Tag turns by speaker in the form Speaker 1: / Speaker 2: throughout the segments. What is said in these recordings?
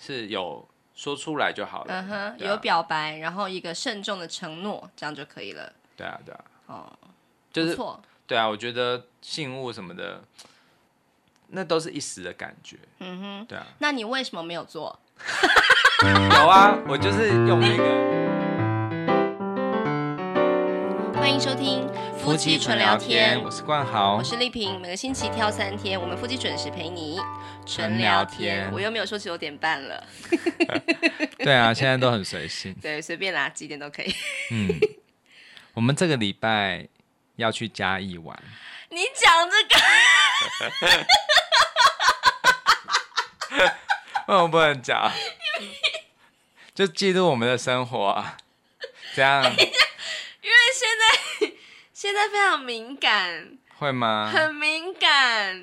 Speaker 1: 是有说出来就好了。
Speaker 2: 嗯哼，
Speaker 1: 对啊
Speaker 2: 有表白，然后一个慎重的承诺，这样就可以了。
Speaker 1: 对啊，对啊，
Speaker 2: 哦，
Speaker 1: 就
Speaker 2: 不
Speaker 1: 是
Speaker 2: 错，
Speaker 1: 对啊，我觉得信物什么的，那都是一时的感觉。
Speaker 2: 嗯哼。
Speaker 1: 对啊，
Speaker 2: 那你为什么没有做？
Speaker 1: 有啊，我就是用那个
Speaker 2: 欢迎收听夫妻纯聊天，
Speaker 1: 我是冠豪
Speaker 2: 我，是丽萍。每个星期挑三天，我们夫妻准时陪你
Speaker 1: 纯聊天
Speaker 2: 我又没有说九点半了，
Speaker 1: 对啊，现在都很随性。
Speaker 2: 对，随便啦，几点都可以。
Speaker 1: 嗯，我们这个礼拜要去嘉义玩，
Speaker 2: 你讲这个，
Speaker 1: 为什么哦不能讲？就记录我们的生活啊，这样
Speaker 2: 因为现在现在非常敏感，
Speaker 1: 会吗？
Speaker 2: 很敏感，
Speaker 1: 啊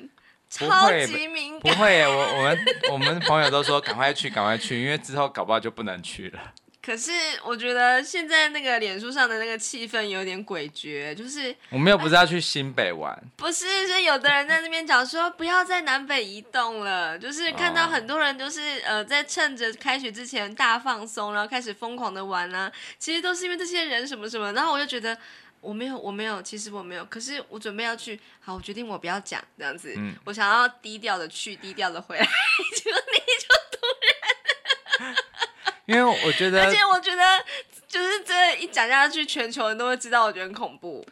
Speaker 1: 不
Speaker 2: 超
Speaker 1: 会
Speaker 2: 级敏
Speaker 1: 不
Speaker 2: 感。
Speaker 1: 会耶，我我们我们朋友都说赶快去，赶快去，因为之后搞不好就不能去了。
Speaker 2: 可是我觉得现在那个脸书上的那个气氛有点诡谲，就是
Speaker 1: 我们又不是要去新北玩，
Speaker 2: 不是是有的人在那边讲说不要在南北移动了，就是看到
Speaker 1: 哦
Speaker 2: 很多人就是呃在趁着开学之前大放松，然后开始疯狂的玩啊，其实都是因为这些人什么什么，然后我就觉得。我没有，我没有，其实我没有。可是我准备要去，好，我决定我不要讲这样子。
Speaker 1: 嗯
Speaker 2: 我想要低调的去，低调的回来。结果你
Speaker 1: 因为我觉
Speaker 2: 而
Speaker 1: 得
Speaker 2: 且我觉得，就是这一讲下去，全球人都会知道，我觉得很恐怖。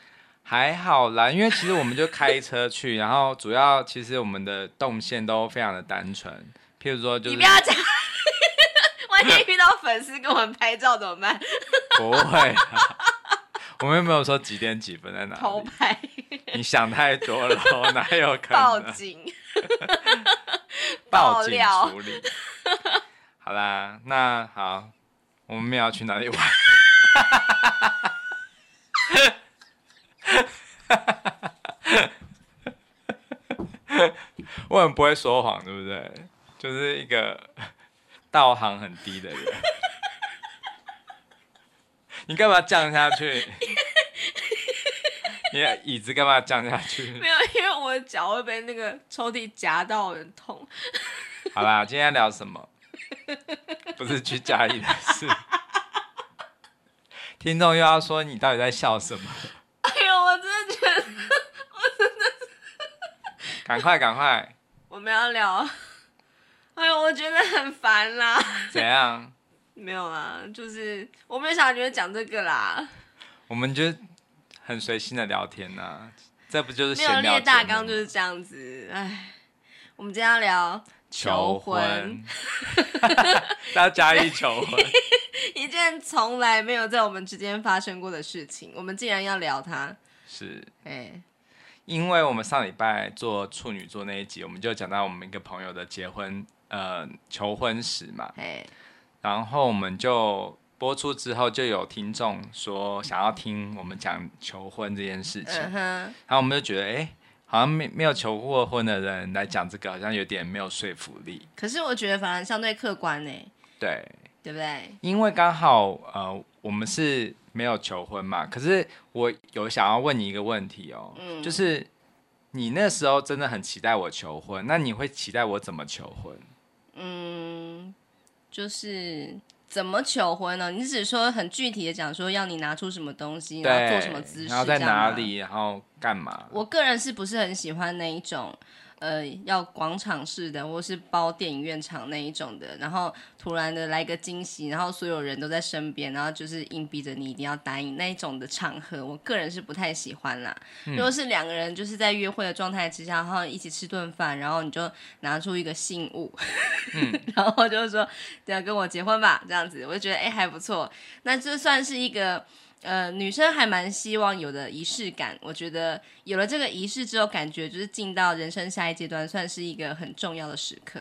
Speaker 1: 还好啦，因为其实我们就开车去，然后主要其实我们的动线都非常的单纯，譬如说就是
Speaker 2: 你不要讲， 万一遇到粉丝跟我们拍照怎么办？
Speaker 1: 不会啦，啊我们又没有说几点几分在哪
Speaker 2: 偷
Speaker 1: 里，
Speaker 2: 拍，
Speaker 1: 你想太多了， 哪有可
Speaker 2: 报
Speaker 1: 能
Speaker 2: 警。
Speaker 1: 报
Speaker 2: 爆
Speaker 1: 警
Speaker 2: 料
Speaker 1: 处 理？好啦，那好，我们要去哪里玩？ 我很不会说谎，对不对？就是一个道行很低 的人。你干嘛降下去？你的椅子干嘛降下去？
Speaker 2: 没有，因为我的脚会被那个抽屉夹到，很痛。
Speaker 1: 好啦，今天要聊什 么？不是去嘉义的事。 听众又要说你到底在笑什么？
Speaker 2: 哎呦，我真的觉得
Speaker 1: 赶快赶快，
Speaker 2: 我们要聊。哎呦，我觉得很烦啦。
Speaker 1: 怎样？
Speaker 2: 没有啦，就是我没有想到你会讲这个啦，
Speaker 1: 我们就很随性的聊天呐、这不就是
Speaker 2: 没有
Speaker 1: 闲聊
Speaker 2: 列
Speaker 1: 节目吗？
Speaker 2: 大纲就是这样子。哎，我们今天要聊
Speaker 1: 求
Speaker 2: 婚。
Speaker 1: 婚， 要嘉 义求婚，
Speaker 2: 一件从来没有在我们之间发生过的事情，我们竟然要聊它。
Speaker 1: 是
Speaker 2: 哎，
Speaker 1: 因为我们上礼拜做处女座那一集，我们就讲到我们一个朋友的结婚呃求婚史嘛，
Speaker 2: 哎，
Speaker 1: 然后我们就播出之后，就有听众说想要听我们讲求婚这件事情，
Speaker 2: 嗯哼，
Speaker 1: 然后我们就觉得，哎，好像没没有求过婚的人来讲这个，好像有点没有说服力。
Speaker 2: 可是我觉得反而相对客观呢，
Speaker 1: 对，
Speaker 2: 对不对？
Speaker 1: 因为刚好呃，我们是没有求婚嘛，可是我有想要问你一个问题哦，
Speaker 2: 嗯
Speaker 1: 就是你那时候真的很期待我求婚，那你会期待我怎么求婚？
Speaker 2: 嗯，就是怎么求婚呢？你只说很具体的讲说要你拿出什么东西，然后做什么姿势，
Speaker 1: 然后在
Speaker 2: 这样吗
Speaker 1: 哪？里，然后干嘛？
Speaker 2: 我个人是不是很喜欢那一种，呃，要广场式的，或是包电影院场那一种的，然后突然的来个惊喜，然后所有人都在身边，然后就是硬逼着你一定要答应那一种的场合，我个人是不太喜欢啦。如果是两个人就是在约会的状态之下，然后一起吃顿饭，然后你就拿出一个信物， 然后就是说对啊，跟我结婚吧，这样子，我就觉得哎、还不错，那这算是一个。呃，女生还蛮希望有的仪式感，我觉得有了这个仪式之后，感觉就是进到人生下一阶段，算是一个很重要的时刻。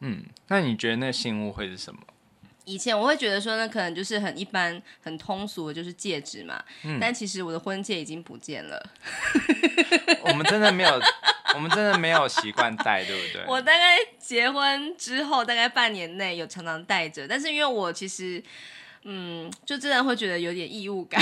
Speaker 1: 嗯，那你觉得那信物会是什么？
Speaker 2: 以前我会觉得说，那可能就是很一般、很通俗的，就是戒指嘛。
Speaker 1: 嗯
Speaker 2: 但其实我的婚戒已经不见了，
Speaker 1: 我们真的没有，我们真的没有习惯戴，对不对？
Speaker 2: 我大概结婚之后大概半年内有常常戴着，但是因为我其实，嗯，就真的会觉得有点义务感。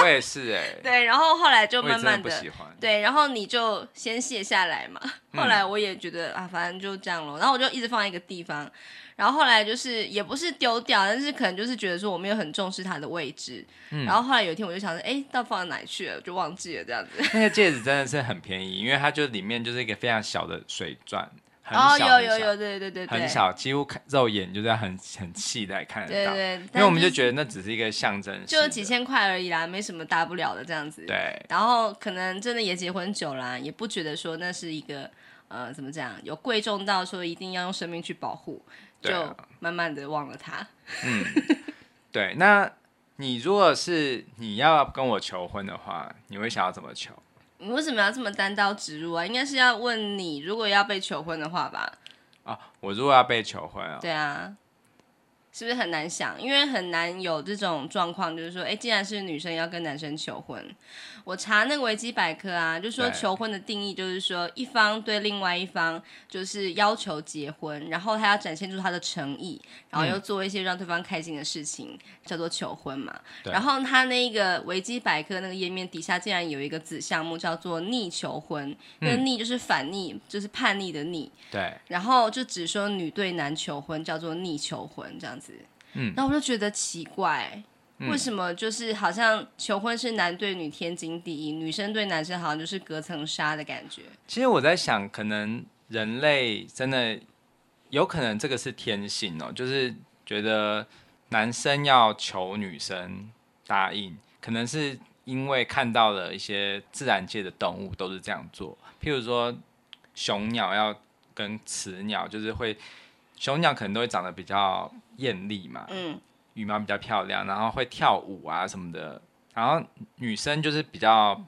Speaker 1: 我也是哎、
Speaker 2: 对，然后后来就
Speaker 1: 我也
Speaker 2: 慢
Speaker 1: 真的
Speaker 2: 慢
Speaker 1: 不
Speaker 2: 的
Speaker 1: 喜欢。
Speaker 2: 对，然后你就先卸下来嘛。
Speaker 1: 嗯
Speaker 2: 后来我也觉得、啊，反正就这样咯。然后我就一直放在一个地方，然后后来就是也不是丢掉，但是可能就是觉得说我没有很重视它的位置。
Speaker 1: 嗯
Speaker 2: 然后后来有一天我就想说，哎，到底放到哪里去了？我就忘记了这样子。
Speaker 1: 那个戒指真的是很便宜，因为它就里面就是一个非常小的水钻，很
Speaker 2: 哦，
Speaker 1: 小
Speaker 2: 有
Speaker 1: 很
Speaker 2: 有
Speaker 1: 小
Speaker 2: 有，对对对对，
Speaker 1: 很小，几乎看肉眼就是要很很细才看得
Speaker 2: 对
Speaker 1: 到。
Speaker 2: 对对，
Speaker 1: 因为我们就
Speaker 2: 得
Speaker 1: 觉得那只是一个象征性的，
Speaker 2: 就几千块而已啦，没什么大不了的这样子。
Speaker 1: 对，
Speaker 2: 然后可能真的也结婚久了啊、也不觉得说那是一个呃怎么讲，有贵重到说一定要用生命去保护，
Speaker 1: 对啊
Speaker 2: 就慢慢的忘了它。
Speaker 1: 对。那你如果是你要跟我求婚的话，你会想要怎么求？
Speaker 2: 你为什么要这么单刀直入啊？应该是要问你，如果要被求婚的话吧？
Speaker 1: 哦，我如果要被求婚哦，
Speaker 2: 对啊，是不是很难想？因为很难有这种状况，就是说，哎，既然是女生要跟男生求婚，我查那个维基百科啊，就说
Speaker 1: 对
Speaker 2: 求婚的定义就是说，一方对另外一方就是要求结婚，然后他要展现出他的诚意，然
Speaker 1: 嗯
Speaker 2: 后又做一些让对方开心的事情，叫做求婚嘛。
Speaker 1: 对
Speaker 2: 然后他那个维基百科那个页面底下竟然有一个子项目叫做逆求婚，
Speaker 1: 嗯
Speaker 2: 那个逆就是反逆，就是叛逆的逆。
Speaker 1: 对，
Speaker 2: 然后就只说女对男求婚叫做逆求婚这样子，
Speaker 1: 嗯
Speaker 2: 然后我就觉得奇怪，为什么就是好像求婚是男对女天经地义，女生对男生好像就是隔层纱的感觉，
Speaker 1: 其实我在想，可能人类真的有可能这个是天性哦，就是觉得男生要求女生答应，可能是因为看到了一些自然界的动物都是这样做，譬如说雄鸟要跟雌鸟，就是会雄鸟可能都会长得比较艳丽嘛，
Speaker 2: 嗯，
Speaker 1: 羽毛比较漂亮，然后会跳舞啊什么的。然后女生就是比较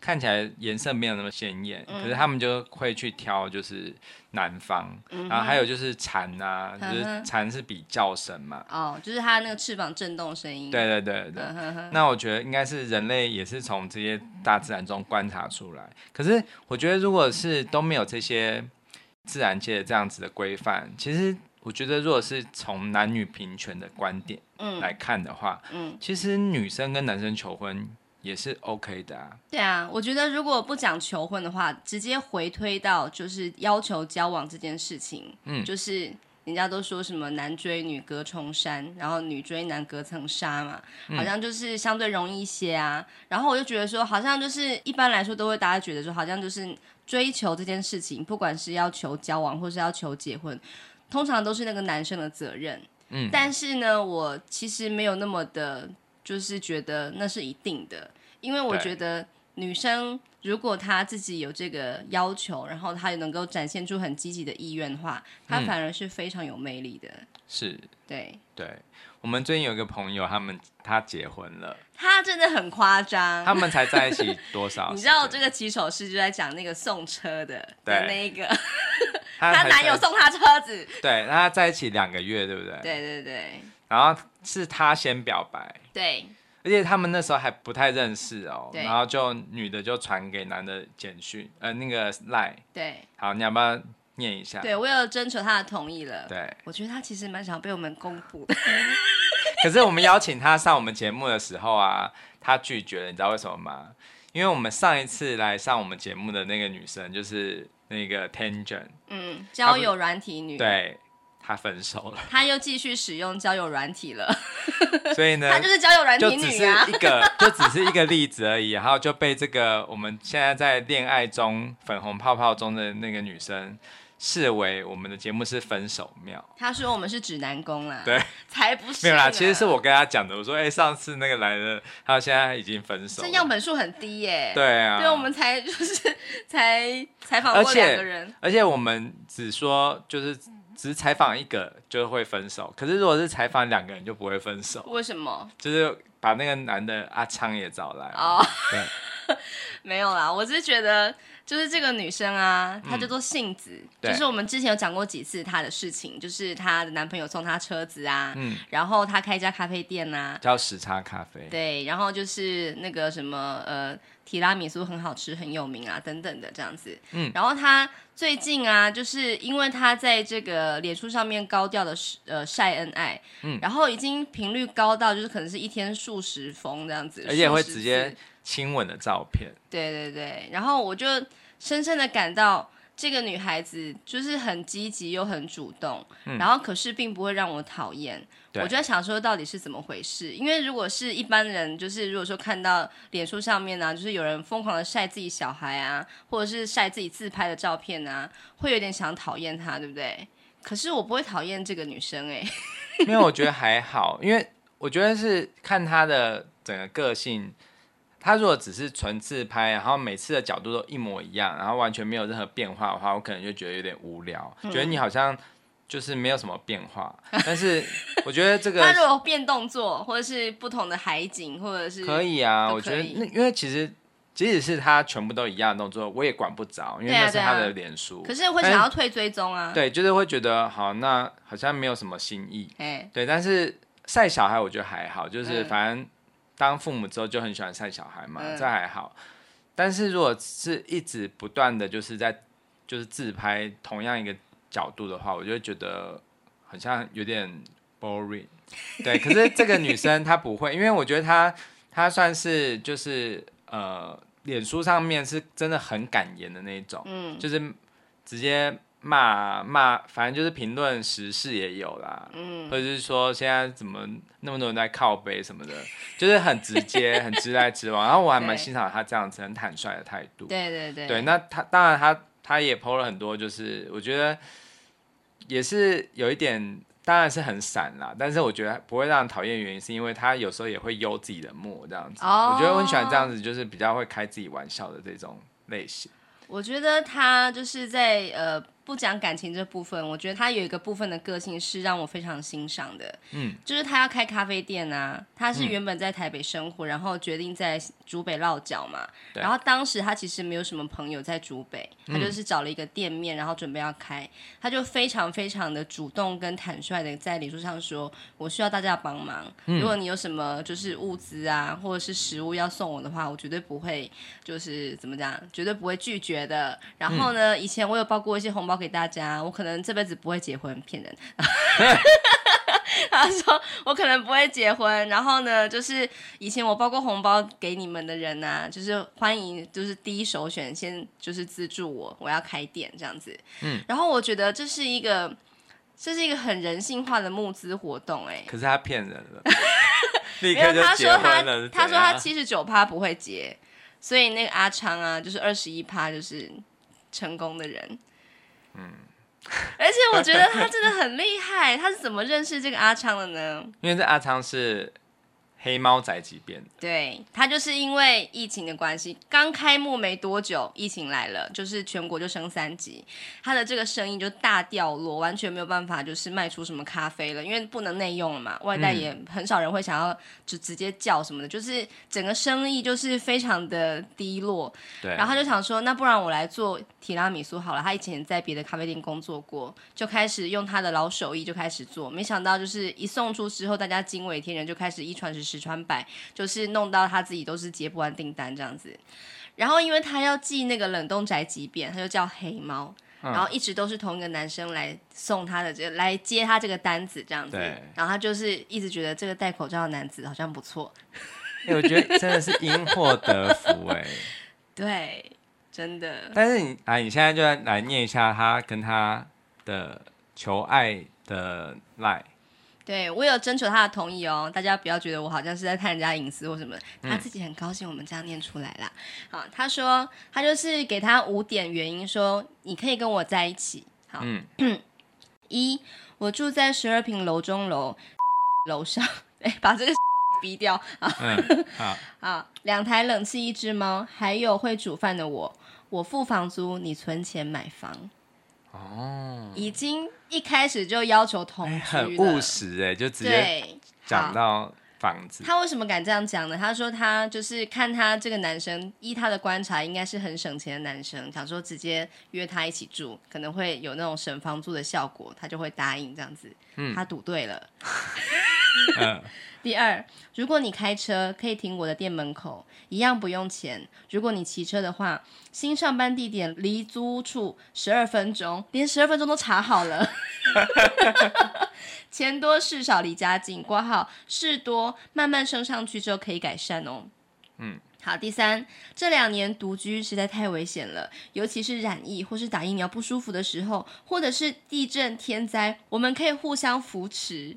Speaker 1: 看起来颜色没有那么鲜艳，
Speaker 2: 嗯
Speaker 1: 可是他们就会去挑就是男方，然后还有就是蝉啊，就
Speaker 2: 嗯
Speaker 1: 是
Speaker 2: 哼
Speaker 1: 蝉是比较声嘛。
Speaker 2: 哦，就是他那个翅膀震动声音，
Speaker 1: 对对对对，
Speaker 2: 嗯哼哼，
Speaker 1: 那我觉得应该是人类也是从这些大自然中观察出来。可是我觉得，如果是都没有这些自然界这样子的规范，其实我觉得，如果是从男女平权的观点
Speaker 2: 嗯
Speaker 1: 来看的话，
Speaker 2: 嗯，
Speaker 1: 其实女生跟男生求婚也是 OK 的啊。
Speaker 2: 对啊，我觉得如果不讲求婚的话，直接回推到就是要求交往这件事情，
Speaker 1: 嗯
Speaker 2: 就是人家都说什么男追女隔重山，然后女追男隔层纱嘛，
Speaker 1: 嗯
Speaker 2: 好像就是相对容易一些啊。然后我就觉得说，好像就是一般来说都会大家觉得说，好像就是追求这件事情，不管是要求交往或是要求结婚，通常都是那个男生的责任。
Speaker 1: 嗯
Speaker 2: 但是呢，我其实没有那么的，就是觉得那是一定的，因为我
Speaker 1: 对
Speaker 2: 觉得女生如果她自己有这个要求，然后她也能够展现出很积极的意愿的话，她
Speaker 1: 嗯
Speaker 2: 反而是非常有魅力的。
Speaker 1: 是，
Speaker 2: 对，
Speaker 1: 对。我们最近有一个朋友，他们他结婚了，
Speaker 2: 她真的很夸张。
Speaker 1: 他们才在一 起多少？
Speaker 2: 嗯你知道这？个骑手是就在讲那个送车的的
Speaker 1: 对
Speaker 2: 那一个，
Speaker 1: 她
Speaker 2: 她
Speaker 1: 才
Speaker 2: 男友
Speaker 1: 在
Speaker 2: 送她车子，
Speaker 1: 对，那他在一起两个月，对不对？。
Speaker 2: 对对对
Speaker 1: 然后是他先表白，
Speaker 2: 对，
Speaker 1: 而且他们那时候还不太认识哦。
Speaker 2: 对
Speaker 1: 然后就女的就传给男的简讯，呃，那个 line。
Speaker 2: 对
Speaker 1: 好，你要不要念一下？
Speaker 2: 对，我有征求他的同意了。
Speaker 1: 啊对。
Speaker 2: 我觉得他其实蛮想被我们公布的，
Speaker 1: 可是我们邀请他上我们节目的时候啊，他拒绝了，你知道为什么吗？因为我们上一次来上我们节目的那个女生就是那个 Tangent，
Speaker 2: 嗯，
Speaker 1: 他
Speaker 2: 交
Speaker 1: 不
Speaker 2: 友软体女，
Speaker 1: 对，她分手了，
Speaker 2: 她又继续使用交友软体了，
Speaker 1: 所以呢
Speaker 2: 她，就是交友软
Speaker 1: 就
Speaker 2: 体
Speaker 1: 只
Speaker 2: 女
Speaker 1: 是
Speaker 2: 啊
Speaker 1: 一。个，就只是一个例子而已，然后就被这个我们现在在恋爱中粉红泡泡中的那个女生视为我们的节目是分手庙。
Speaker 2: 她说我们是指南宫啦，
Speaker 1: 对，
Speaker 2: 才不是
Speaker 1: 没有啦，
Speaker 2: 呢
Speaker 1: 其实是我跟她讲的，我说，哎、上次那个来的，她现在已经分手
Speaker 2: 这
Speaker 1: 了。
Speaker 2: 样本数很低耶、
Speaker 1: 对啊，
Speaker 2: 对，我们才就是 才采访
Speaker 1: 而
Speaker 2: 过
Speaker 1: 且
Speaker 2: 两个人，
Speaker 1: 而且我们只说就是只采访一个就会分手，可是如果是采访两个人就不会分手，
Speaker 2: 为什么？
Speaker 1: 就是把那个男的阿昌也找来。
Speaker 2: 哦，
Speaker 1: 对，
Speaker 2: 没有啦，我只是觉得就是这个女生啊，她叫做杏子，
Speaker 1: 嗯对
Speaker 2: 就是我们之前有讲过几次她的事情，就是她的男朋友送她车子啊，
Speaker 1: 嗯
Speaker 2: 然后她开一家咖啡店啊，
Speaker 1: 叫时差咖啡。
Speaker 2: 对，然后就是那个什么呃提拉米苏很好吃，很有名啊，等等的这样子。
Speaker 1: 嗯
Speaker 2: 然后他最近啊，就是因为他在这个脸书上面高调的呃晒恩爱，
Speaker 1: 嗯
Speaker 2: 然后已经频率高到就是可能是一天数十封这样子，
Speaker 1: 而且会
Speaker 2: 数十
Speaker 1: 直接
Speaker 2: 次
Speaker 1: 亲吻的照片，
Speaker 2: 对对对，然后我就深深的感到。这个女孩子就是很积极又很主动，
Speaker 1: 嗯
Speaker 2: 然后可是并不会让我讨厌，
Speaker 1: 对
Speaker 2: 我就在想说到底是怎么回事？因为如果是一般人，就是如果说看到脸书上面呢、啊，就是有人疯狂的晒自己小孩啊，或者是晒自己自拍的照片啊，会有点想讨厌她，对不对？可是我不会讨厌这个女生哎、
Speaker 1: 没有，我觉得还好，因为我觉得是看他的整个个性。他如果只是纯自拍，然后每次的角度都一模一样，然后完全没有任何变化的话，我可能就觉得有点无聊，
Speaker 2: 嗯
Speaker 1: 觉得你好像就是没有什么变 化。但是我觉得这个
Speaker 2: 她如果变动作，或者是不同的海景，或者是
Speaker 1: 可以啊，
Speaker 2: 都
Speaker 1: 我觉
Speaker 2: 可
Speaker 1: 得
Speaker 2: 以
Speaker 1: 那因为其实即使是他全部都一样的动作，我也管不着，因为
Speaker 2: 对啊
Speaker 1: 那是
Speaker 2: 对
Speaker 1: 他
Speaker 2: 啊
Speaker 1: 的脸书。
Speaker 2: 可是会
Speaker 1: 但
Speaker 2: 想要退追踪啊，
Speaker 1: 哎对，就是会觉得好，那好像没有什么新意。
Speaker 2: 哎，
Speaker 1: 对，但是晒小孩我觉得还好，就是
Speaker 2: 嗯
Speaker 1: 反正当父母之后就很喜欢晒小孩嘛，
Speaker 2: 嗯
Speaker 1: 这还好。但是如果是一直不断的就是在就是自拍同样一个角度的话，我就会觉得好像有点 boring。对，可是这个女生她不会，因为我觉得她她算是就是呃，脸书上面是真的很敢言的那一种，
Speaker 2: 嗯
Speaker 1: 就是直接骂骂，反正就是评论时事也有啦，
Speaker 2: 嗯，
Speaker 1: 或者是说现在怎么那么多人在靠背什么的， 就是很直接、很直来直往。然后我还蛮
Speaker 2: 对
Speaker 1: 欣赏他这样子很坦率的态度。
Speaker 2: 对对对，
Speaker 1: 对，那他当然他他也 PO 了很多，就是我觉得也是有一点，当然是很散啦，但是我觉得不会让人讨厌，原因是因为他有时候也会悠自己的墨这样子。
Speaker 2: 哦
Speaker 1: 我觉得我很喜欢这样子，就是比较会开自己玩笑的这种类型。
Speaker 2: 我觉得他就是在呃不讲感情这部分，我觉得他有一个部分的个性是让我非常欣赏的。
Speaker 1: 嗯，
Speaker 2: 就是他要开咖啡店啊，他是原本在台北生活，然后决定在竹北落脚嘛。
Speaker 1: 对嗯
Speaker 2: 然后当时他其实没有什么朋友在竹北，他就是找了一个店面，然后准备要开，他就非常非常的主动跟坦率的在脸书上说：“我需要大家帮忙，
Speaker 1: 嗯
Speaker 2: 如果你有什么就是物资啊，或者是食物要送我的话，我绝对不会就是怎么讲，绝对不会拒绝的。然后呢，以前我有包过一些红包给大家，我可能这辈子不会结婚，骗人。 他说我可能不会结婚，然后呢，就是以前我包过红包给你们的人呐、就是欢迎，就是第一首选先就是资助我，我要开店这样子。嗯，然后我觉得这是一个。这是一个很人性化的募资活动、哎，
Speaker 1: 可是他骗人了，啊 立
Speaker 2: 没
Speaker 1: 刻
Speaker 2: 有，
Speaker 1: 就
Speaker 2: 他
Speaker 1: 结
Speaker 2: 说他
Speaker 1: 婚了。是
Speaker 2: 他
Speaker 1: 怎
Speaker 2: 说他
Speaker 1: 样
Speaker 2: 七十九趴不会结，所以那个阿昌啊，就是二十一趴，就是成功的人。嗯，而且我觉得他真的很厉害，他是怎么认识这个阿昌的呢？
Speaker 1: 因为这阿昌是黑猫宅急便，
Speaker 2: 对他就是因为疫情的关系，刚开幕没多久，疫情来了，就是全国就升三级，他的这个生意就大掉落，完全没有办法就是卖出什么咖啡了，因为不能内用了嘛，外带也很少人会想要就直接叫什么的，就是整个生意就是非常的低落。
Speaker 1: 对，啊
Speaker 2: 然后他就想说，那不然我来做提拉米苏好了。他以前在别的咖啡店工作过，就开始用他的老手艺就开始做。没想到就是一送出之后，大家惊为天人，就开始一传十，十传百，就是弄到他自己都是接不完订单这样子。然后因为他要寄那个冷冻宅急便，他就叫黑猫，
Speaker 1: 嗯
Speaker 2: 然后一直都是同一个男生来送他的这个来接他这个单子这样子
Speaker 1: 对。
Speaker 2: 然后他就是一直觉得这个戴口罩的男子好像不错，
Speaker 1: 哎我觉得真的是因祸得福 哎、
Speaker 2: 对，真的。
Speaker 1: 但是你啊，你现在就来来念一下他跟他的求爱的赖，
Speaker 2: 对我有征求他的同意哦，大家不要觉得我好像是在探人家隐私或什么，
Speaker 1: 嗯
Speaker 2: 他自己很高兴我们这样念出来啦。好，他说他就是给他五点原因说，你可以跟我在一起。好，
Speaker 1: 嗯
Speaker 2: 一我住在十二平楼中楼楼上，哎，把这个 逼掉。
Speaker 1: 嗯，好，
Speaker 2: 啊，两台冷气，一只猫，还有会煮饭的我。我付房租，你存钱买房。
Speaker 1: 哦，
Speaker 2: 已经一开始就要求同
Speaker 1: 哎
Speaker 2: 居了，
Speaker 1: 很务实哎、就直接
Speaker 2: 对，
Speaker 1: 讲
Speaker 2: 好
Speaker 1: 到房子。
Speaker 2: 他为什么敢这样讲呢？他说他就是看他这个男生，依他的观察，应该是很省钱的男生，想说直接约他一起住，可能会有那种省房租的效果，他就会答应这样子。他赌对了。
Speaker 1: 嗯，
Speaker 2: 第二，如果你开车，可以停我的店门口，一样不用钱。如果你骑车的话，新上班地点离租屋处十二分钟，连十二分钟都查好了。钱多事少离家近，挂号事多，慢慢升上去之后可以改善哦。
Speaker 1: 嗯，
Speaker 2: 好。第三，这两年独居实在太危险了，尤其是染疫或是打疫苗不舒服的时候，或者是地震天灾，我们可以互相扶持。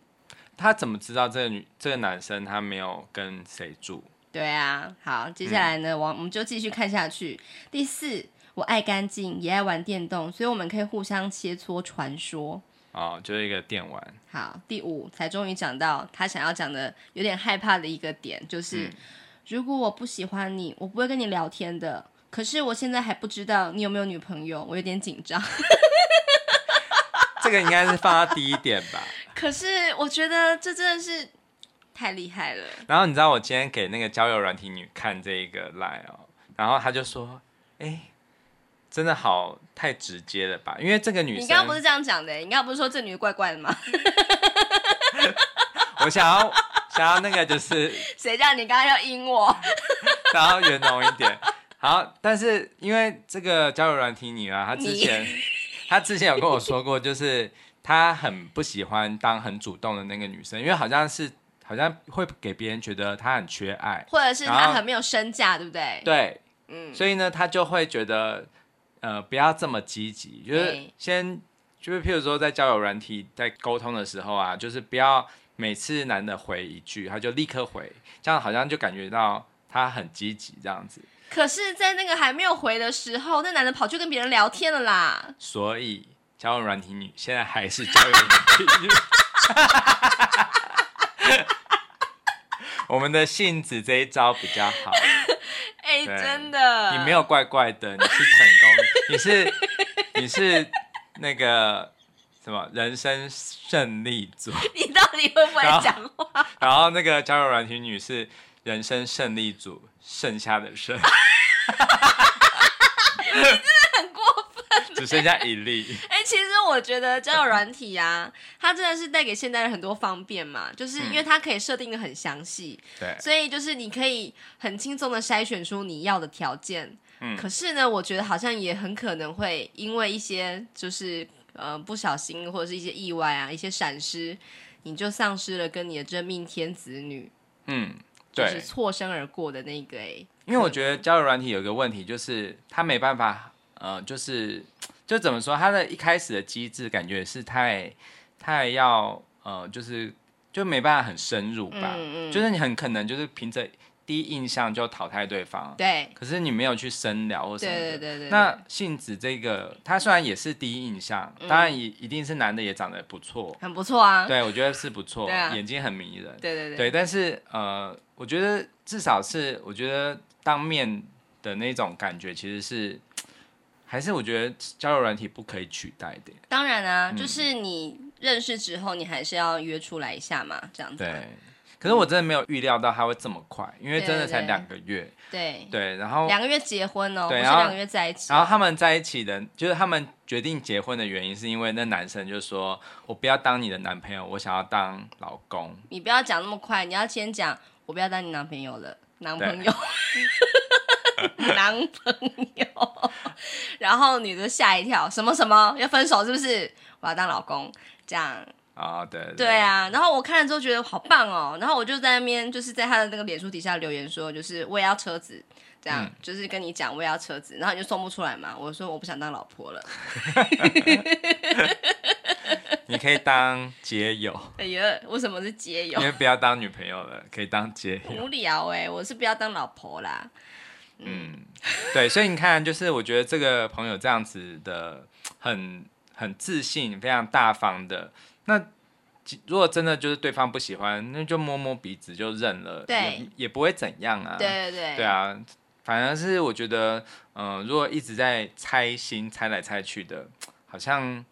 Speaker 1: 他怎么知道这个女这个男生他没有跟谁住？
Speaker 2: 对啊，好，接下来呢，我我们就继续看下去。第四，我爱干净，也爱玩电动，所以我们可以互相切磋传说。
Speaker 1: 哦，就是一个电玩。
Speaker 2: 好，第五才终于讲到他想要讲的有点害怕的一个点，就是、如果我不喜欢你，我不会跟你聊天的。可是我现在还不知道你有没有女朋友，我有点紧张。
Speaker 1: 这个应该是放到第一点吧。
Speaker 2: 可是我觉得这真的是太厉害了。
Speaker 1: 然后你知道我今天给那个交友软体女看这一个 line 哦，然后她就说：“哎，真的好太直接了吧？因为这个女
Speaker 2: 你
Speaker 1: 生，
Speaker 2: 刚刚不是这样讲的，你刚刚不是说这女的怪怪的吗？
Speaker 1: 我想要想要那个就是
Speaker 2: 谁叫你刚刚要阴我？
Speaker 1: 想要圆融一点。好，但是因为这个交友软体女啊，她之 前她之前有跟我说过，就是她很不喜欢当很主动的那个女生，因为好像是好像会给别人觉得她很缺爱。
Speaker 2: 或者是
Speaker 1: 然
Speaker 2: 他
Speaker 1: 后
Speaker 2: 很没有身价，对不对？
Speaker 1: 对，
Speaker 2: 嗯，
Speaker 1: 所以呢，他就会觉得，呃，不要这么积极，就是
Speaker 2: 对
Speaker 1: 先，就是譬如说在交友软体在沟通的时候啊，就是不要每次男的回一句，他就立刻回，这样好像就感觉到他很积极这样子。
Speaker 2: 可是，在那个还没有回的时候，那男的跑去跟别人聊天了啦。
Speaker 1: 所以交友软体女现在还是交友软体女。 我们的性子这一招比较好，
Speaker 2: 哎、
Speaker 1: 对
Speaker 2: 真的，
Speaker 1: 你没有怪怪的，你是成功，你是你是那个什么人生胜利组，
Speaker 2: 你到底会不会
Speaker 1: 然后
Speaker 2: 讲话？
Speaker 1: 然后那个交友软体女是人生胜利组剩下的 剩，
Speaker 2: 很过分。
Speaker 1: 只剩下一粒。
Speaker 2: 哎、其实我觉得交友软体啊，它真的是带给现代人很多方便嘛，就是因为它可以设定的很详细，
Speaker 1: 嗯 对，
Speaker 2: 所以就是你可以很轻松的筛选出你要的条件。
Speaker 1: 嗯
Speaker 2: 可是呢，我觉得好像也很可能会因为一些就是呃不小心或者是一些意外啊，一些闪失，你就丧失了跟你的真命天子女
Speaker 1: 嗯，
Speaker 2: 就是
Speaker 1: 对，
Speaker 2: 错身而过的那个哎、
Speaker 1: 因为我觉得交友软体有一个问题，就是它没办法，呃，就是就怎么说，它的一开始的机制感觉是太太要，呃，就是就没办法很深入吧，
Speaker 2: 嗯嗯
Speaker 1: 就是你很可能就是凭着第一印象就淘汰对方，
Speaker 2: 对
Speaker 1: 可是你没有去深聊或什
Speaker 2: 对
Speaker 1: 么的。
Speaker 2: 对对对，
Speaker 1: 那杏子这个，他虽然也是第一印象，当然也一定是男的也长得不错，
Speaker 2: 很不错啊，
Speaker 1: 对我觉得是不错，
Speaker 2: 对啊
Speaker 1: 眼睛很迷人，
Speaker 2: 对对对
Speaker 1: 对，但是呃，我觉得至少是，我觉得当面的那种感觉，其实是还是我觉得交友软体不可以取代的。
Speaker 2: 当然啊，
Speaker 1: 嗯
Speaker 2: 就是你认识之后，你还是要约出来一下嘛，这样子啊、
Speaker 1: 对，可是我真的没有预料到它会这么快，因为真的才
Speaker 2: 对对对
Speaker 1: 两个月。
Speaker 2: 对
Speaker 1: 对，然后
Speaker 2: 两个月结婚哦，不
Speaker 1: 对
Speaker 2: 是
Speaker 1: 然后
Speaker 2: 两个月在一起
Speaker 1: 然。后他们在一起的，就是他们决定结婚的原因，是因为那男生就说：“我不要当你的男朋友，我想要当老公。
Speaker 2: 你不要讲那么快，你要先讲，我不要当你男朋友了，男朋友， 男朋友。然后女的吓一跳，什么什么要分手是不是？我要当老公，这样。
Speaker 1: 啊，对对
Speaker 2: 对，啊，然后我看了之后觉得好棒哦，然后我就在那边就是在他的那个脸书底下留言说，就是我也要车子，这样、
Speaker 1: 嗯
Speaker 2: 就是跟你讲我也要车子，然后你就送不出来嘛，我说我不想当老婆 了，
Speaker 1: 你可以当街 友，
Speaker 2: 哎呀，为什么是街友
Speaker 1: 因？为不要当女朋友了，可以当街友。
Speaker 2: 无聊哎、我是不要当老婆啦，
Speaker 1: 嗯，对，所以你看，就是我觉得这个朋友这样子的，很很自信，非常大方的。那即如果真的就是对方不喜欢，那就摸摸鼻子就认了，
Speaker 2: 对
Speaker 1: 也，也不会怎样啊。
Speaker 2: 对对对，
Speaker 1: 对啊，反而是我呃觉得，嗯、如果一直在猜心猜来猜去的，好像